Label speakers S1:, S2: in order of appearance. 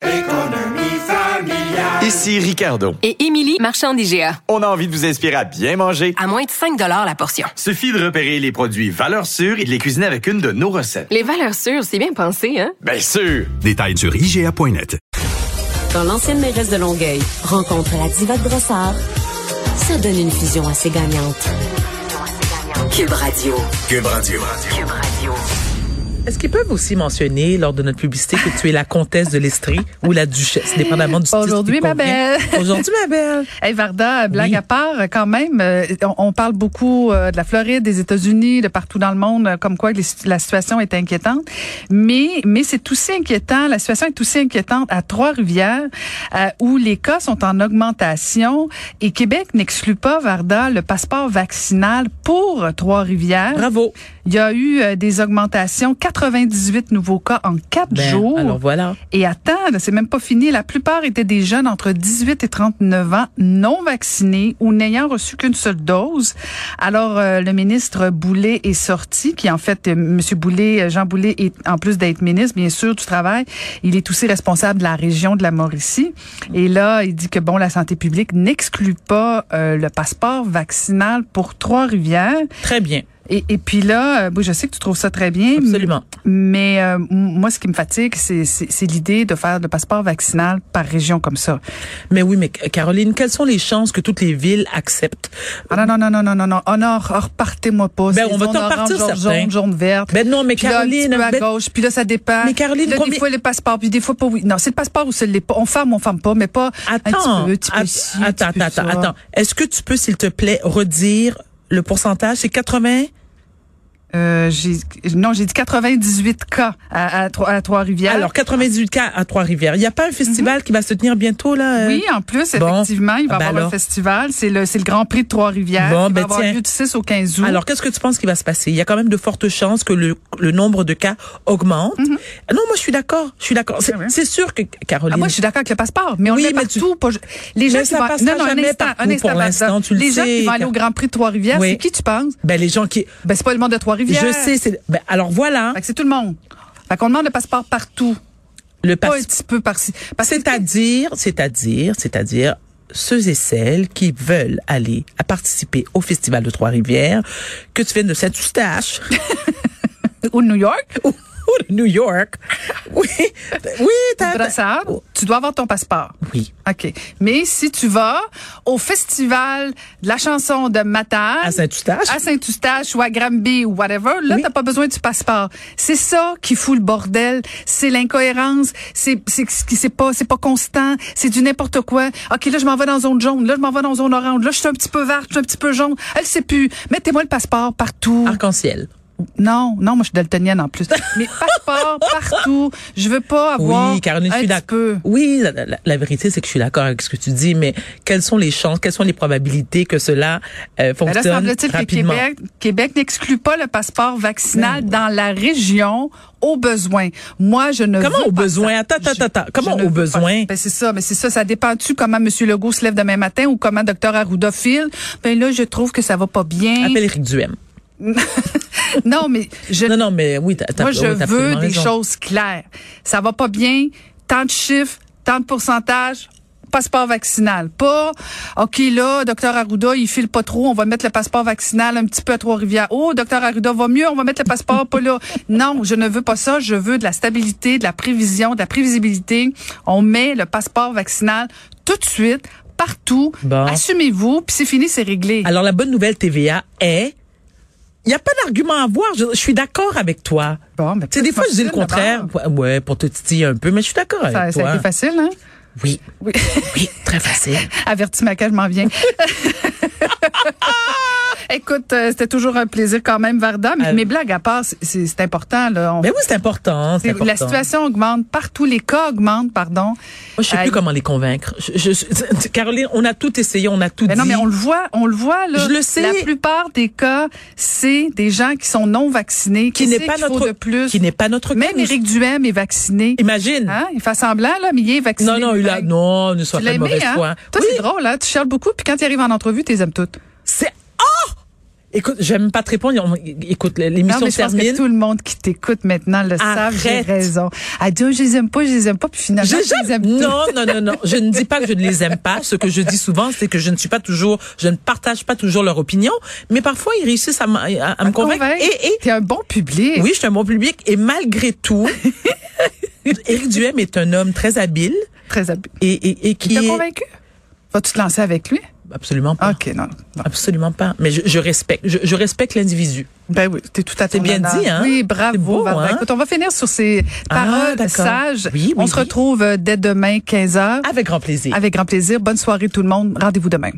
S1: Économie familiale.
S2: Ici Ricardo.
S3: et Émilie, marchand d'IGA.
S2: On a envie de vous inspirer à bien manger.
S3: À moins de 5 la portion.
S2: Suffit de repérer les produits valeurs sûres et de les cuisiner avec une de nos recettes.
S3: Les valeurs sûres, c'est bien pensé, hein?
S2: Bien sûr!
S4: Détails sur IGA.net.
S5: Quand l'ancienne mairesse de Longueuil rencontre la diva de Brossard, ça donne une fusion assez gagnante. Cube Radio.
S4: Cube Radio.
S5: Cube Radio.
S6: Est-ce qu'ils peuvent aussi mentionner lors de notre publicité que tu es la comtesse de l'Estrie ou la duchesse, dépendamment du titre
S7: Aujourd'hui,
S6: qui
S7: ma
S6: convient.
S7: belle.
S6: Aujourd'hui, ma belle.
S7: Hey Varda, blague
S6: Oui.
S7: à part, quand même, euh, on, on parle beaucoup euh, de la Floride, des États-Unis, de partout dans le monde, euh, comme quoi les situ- la situation est inquiétante. Mais, mais c'est aussi inquiétant, la situation est aussi inquiétante à Trois-Rivières, euh, où les cas sont en augmentation et Québec n'exclut pas, Varda, le passeport vaccinal pour Trois-Rivières.
S6: Bravo.
S7: Il y a eu euh, des augmentations, 98 nouveaux cas en quatre
S6: Ben,
S7: jours.
S6: Alors voilà.
S7: Et attends, là, c'est même pas fini. La plupart étaient des jeunes entre 18 et 39 ans, non vaccinés ou n'ayant reçu qu'une seule dose. Alors, euh, le ministre Boulet est sorti, qui en fait, euh, Monsieur Boulet, euh, Jean Boulet, est, en plus d'être ministre, bien sûr, du travail, il est aussi responsable de la région de la Mauricie. Et là, il dit que, bon, la santé publique n'exclut pas euh, le passeport vaccinal pour Trois-Rivières.
S6: Très bien.
S7: Et, et puis là, euh, oui, je sais que tu trouves ça très bien.
S6: Absolument.
S7: Mais euh, m- moi, ce qui me fatigue, c'est- c'est c'est l'idée de faire le passeport vaccinal par région comme ça.
S6: Mais oui, mais Caroline, quelles sont les chances que toutes les villes acceptent?
S7: Ah non, non, non, non, non, non, non. Honor, repartez-moi pas.
S6: Ben,
S7: C'est
S6: on va
S7: jaune
S6: t'en repartir
S7: orange, jaune,
S6: certains.
S7: jaune, jaune, verte.
S6: Ben non, mais
S7: puis là, un
S6: Caroline,
S7: petit peu à
S6: ben-
S7: gauche, puis là, ça dépend.
S6: Mais Caroline,
S7: Puis là,
S6: combien-
S7: des fois, le passeport, puis des fois, pas oui. Non, c'est le passeport ou c'est le pas. On ferme, on ferme pas, mais pas
S6: Attends.
S7: un petit peu, un petit peu
S6: att-
S7: ci, un
S6: attends,
S7: petit peu
S6: attends, attends,
S7: ça.
S6: attends. Est-ce que tu peux, s'il te plaît, redire le pourcentage? C'est 80?
S7: Euh, j'ai- non, j'ai dit 98 cas à, à, Tro- à Trois-Rivières.
S6: Alors, 98 cas à Trois-Rivières. Il n'y a pas un festival qui va se tenir bientôt, là? euh?
S7: Mm-hmm. Oui, en plus,
S6: Bon.
S7: effectivement, il va
S6: Ah, ben
S7: avoir
S6: alors.
S7: un festival. C'est le, c'est le Grand Prix de Trois-Rivières.
S6: Bon,
S7: qui
S6: ben
S7: va avoir
S6: tiens.
S7: lieu du 6 au 15 août.
S6: Alors, qu'est-ce que tu penses qui va se passer? Il y a quand même de fortes chances que le, le nombre de cas augmente. Ah Non, moi, je suis d'accord. Je suis d'accord. C'est
S7: Mhm. Ah ouais.
S6: c'est sûr que, Caroline.
S7: Ah, moi, je suis d'accord avec le passeport, mais on
S6: Oui,
S7: le met
S6: mais tu-
S7: partout. pas ju- Les gens
S6: Mais
S7: qui
S6: ça
S7: vont...
S6: passera jamais partout pour
S7: Vincent.
S6: l'instant, tu le
S7: Les gens
S6: sais,
S7: qui vont aller au
S6: Car-
S7: Grand Prix de Trois-Rivières,
S6: Oui.
S7: c'est qui tu penses?
S6: ben, les gens qui.
S7: Ben, c'est pas le monde de Trois-Rivières.
S6: Je sais, c'est. Ben, alors voilà,
S7: Fait que c'est tout le monde. Fait qu'on demande le passeport partout.
S6: le
S7: Pas un
S6: passeport.
S7: petit peu par-ci. Parce que
S6: C'est-à-dire, c'est-à-dire, c'est-à-dire, ceux et celles qui veulent aller à participer au Festival de Trois-Rivières, que tu viennes de Saint-Eustache
S7: au New York,
S6: ou de New York. Oui, oui,
S7: au
S6: t'as-
S7: Brassard, tu dois avoir ton passeport.
S6: Oui.
S7: OK. Mais si tu vas au festival de la chanson de Matane.
S6: À Saint-Eustache.
S7: À Saint-Eustache ou à Granby ou whatever, là,
S6: Oui.
S7: t'as pas besoin du passeport. C'est ça qui fout le bordel. C'est l'incohérence. C'est, c'est, c'est, c'est pas, c'est pas constant. C'est du n'importe quoi. OK, là, je m'en vais dans zone jaune. Là, je m'en vais dans zone orange. Là, je suis un petit peu verte. Je suis un petit peu jaune. Elle sait plus. Mettez-moi le passeport partout.
S6: Ah, Arc-en-ciel.
S7: Non, non, moi, je suis daltonienne en plus. Mais passeport partout. Je veux pas avoir.
S6: Oui, Caroline,
S7: un
S6: je suis
S7: petit peu.
S6: d'accord. Oui, la, la- la vérité, c'est que je suis d'accord avec ce que tu dis, mais quelles sont les chances, quelles sont les probabilités que cela euh,
S7: Ben Là,
S6: fonctionne
S7: semble-t-il que
S6: rapidement? Ben
S7: Québec, Québec n'exclut pas le passeport vaccinal dans la région au besoin. Moi, je ne
S6: Comment
S7: veux
S6: au
S7: pas
S6: besoin?
S7: ça.
S6: Attends, attends,
S7: Je-
S6: attends. Comment
S7: je ne
S6: au
S7: veux pas
S6: besoin?
S7: ça. Ben, c'est ça, mais c'est ça. Ça dépend-tu comment M. Legault se lève demain matin ou comment Dr. Arruda file? Ben là, je trouve que ça va pas bien.
S6: Appelle Eric Duhem.
S7: Non, mais je,
S6: Non, non, mais oui, t'as, t'as-
S7: moi,
S6: oui,
S7: je
S6: t'as
S7: veux
S6: absolument
S7: des
S6: raison.
S7: choses claires. Ça va pas bien, tant de chiffres, tant de pourcentages, passeport vaccinal. Pas, OK, là, docteur Arruda, il file pas trop, on va mettre le passeport vaccinal un petit peu à Trois-Rivières. Oh, docteur Arruda va mieux, on va mettre le passeport pas là. Non, je ne veux pas ça. Je veux de la stabilité, de la prévision, de la prévisibilité. On met le passeport vaccinal tout de suite, partout.
S6: Bon.
S7: Assumez-vous, puis c'est fini, c'est réglé.
S6: Alors, la bonne nouvelle TVA est, il n'y a pas d'argument à avoir. Je, je suis d'accord avec toi.
S7: Bon, mais
S6: Tu sais, des fois, je dis le contraire. Ouais, pour te titiller un peu, mais je suis d'accord avec
S7: Ça, ça
S6: toi.
S7: a été facile, hein?
S6: Oui.
S7: Oui.
S6: Oui, très facile.
S7: Avertis ma je m'en viens. Écoute, euh, c'était toujours un plaisir quand même, Varda. Mais
S6: Euh,
S7: mes blagues à part, c'est- c'est c'est important. Là. On-
S6: Mais oui, c'est important. c'est
S7: c'est- la
S6: important.
S7: situation augmente partout, les cas augmentent, pardon.
S6: Moi, je sais
S7: Euh,
S6: plus comment les convaincre. Je, je- Caroline, on a tout essayé, on a tout
S7: Mais
S6: dit.
S7: Ben non, mais on le voit, on le voit là.
S6: Je le sais.
S7: La plupart des cas, c'est des gens qui sont non vaccinés.
S6: qui n'est
S7: Qu'est-ce
S6: pas
S7: qu'il faut
S6: notre
S7: de plus.
S6: qui n'est pas notre
S7: Même
S6: cause.
S7: Éric Duhem est vacciné.
S6: Imagine.
S7: Hein? Il fait semblant là, mais il est vacciné.
S6: non, non, il a,
S7: lui-même.
S6: non, ne sois
S7: Tu
S6: pas
S7: l'as
S6: de
S7: aimé,
S6: mauvaise
S7: hein?
S6: foi.
S7: Toi,
S6: Oui,
S7: c'est drôle, hein? Tu charles beaucoup, puis quand tu arrives en entrevue, tu les aimes toutes.
S6: c'est, ah! Écoute, j'aime pas te répondre. On- Écoute,
S7: Non,
S6: l'émission
S7: mais
S6: se
S7: je pense que
S6: termine.
S7: tout le monde qui t'écoute maintenant le savent, j'ai
S6: Arrête.
S7: raison. Elle dit, oh, je les aime pas, je les aime pas, puis finalement,
S6: Je-
S7: je, les aime
S6: je- non, non, non, non. Je ne dis pas que je ne les aime pas. Ce que je dis souvent, c'est que je ne suis pas toujours, je ne partage pas toujours leur opinion. Mais parfois, ils réussissent à, m- à- à me
S7: toutes.
S6: convaincre. Et, et-
S7: Ah, T'es un bon public.
S6: oui, je suis un bon public. Et malgré tout, Éric Duhem est un homme très habile
S7: Très habile.
S6: et, et, et qui
S7: T'es
S6: est- Ah.
S7: convaincu? Vas-tu te lancer avec lui?
S6: absolument pas.
S7: OK, non. non.
S6: Absolument pas. Mais je, je respecte, je, je respecte l'individu.
S7: Ben oui, t'es tout à fait
S6: C'est bien dit, hein?
S7: Oui,
S6: C'est
S7: bravo.
S6: beau,
S7: Varda.
S6: hein?
S7: Écoute, on va finir sur ces
S6: Ah,
S7: paroles
S6: d'accord.
S7: sages.
S6: Oui, oui,
S7: on se
S6: oui. Ah
S7: retrouve euh, dès demain, 15h.
S6: Avec grand plaisir.
S7: Avec grand plaisir. Bonne soirée, tout le monde. Rendez-vous demain.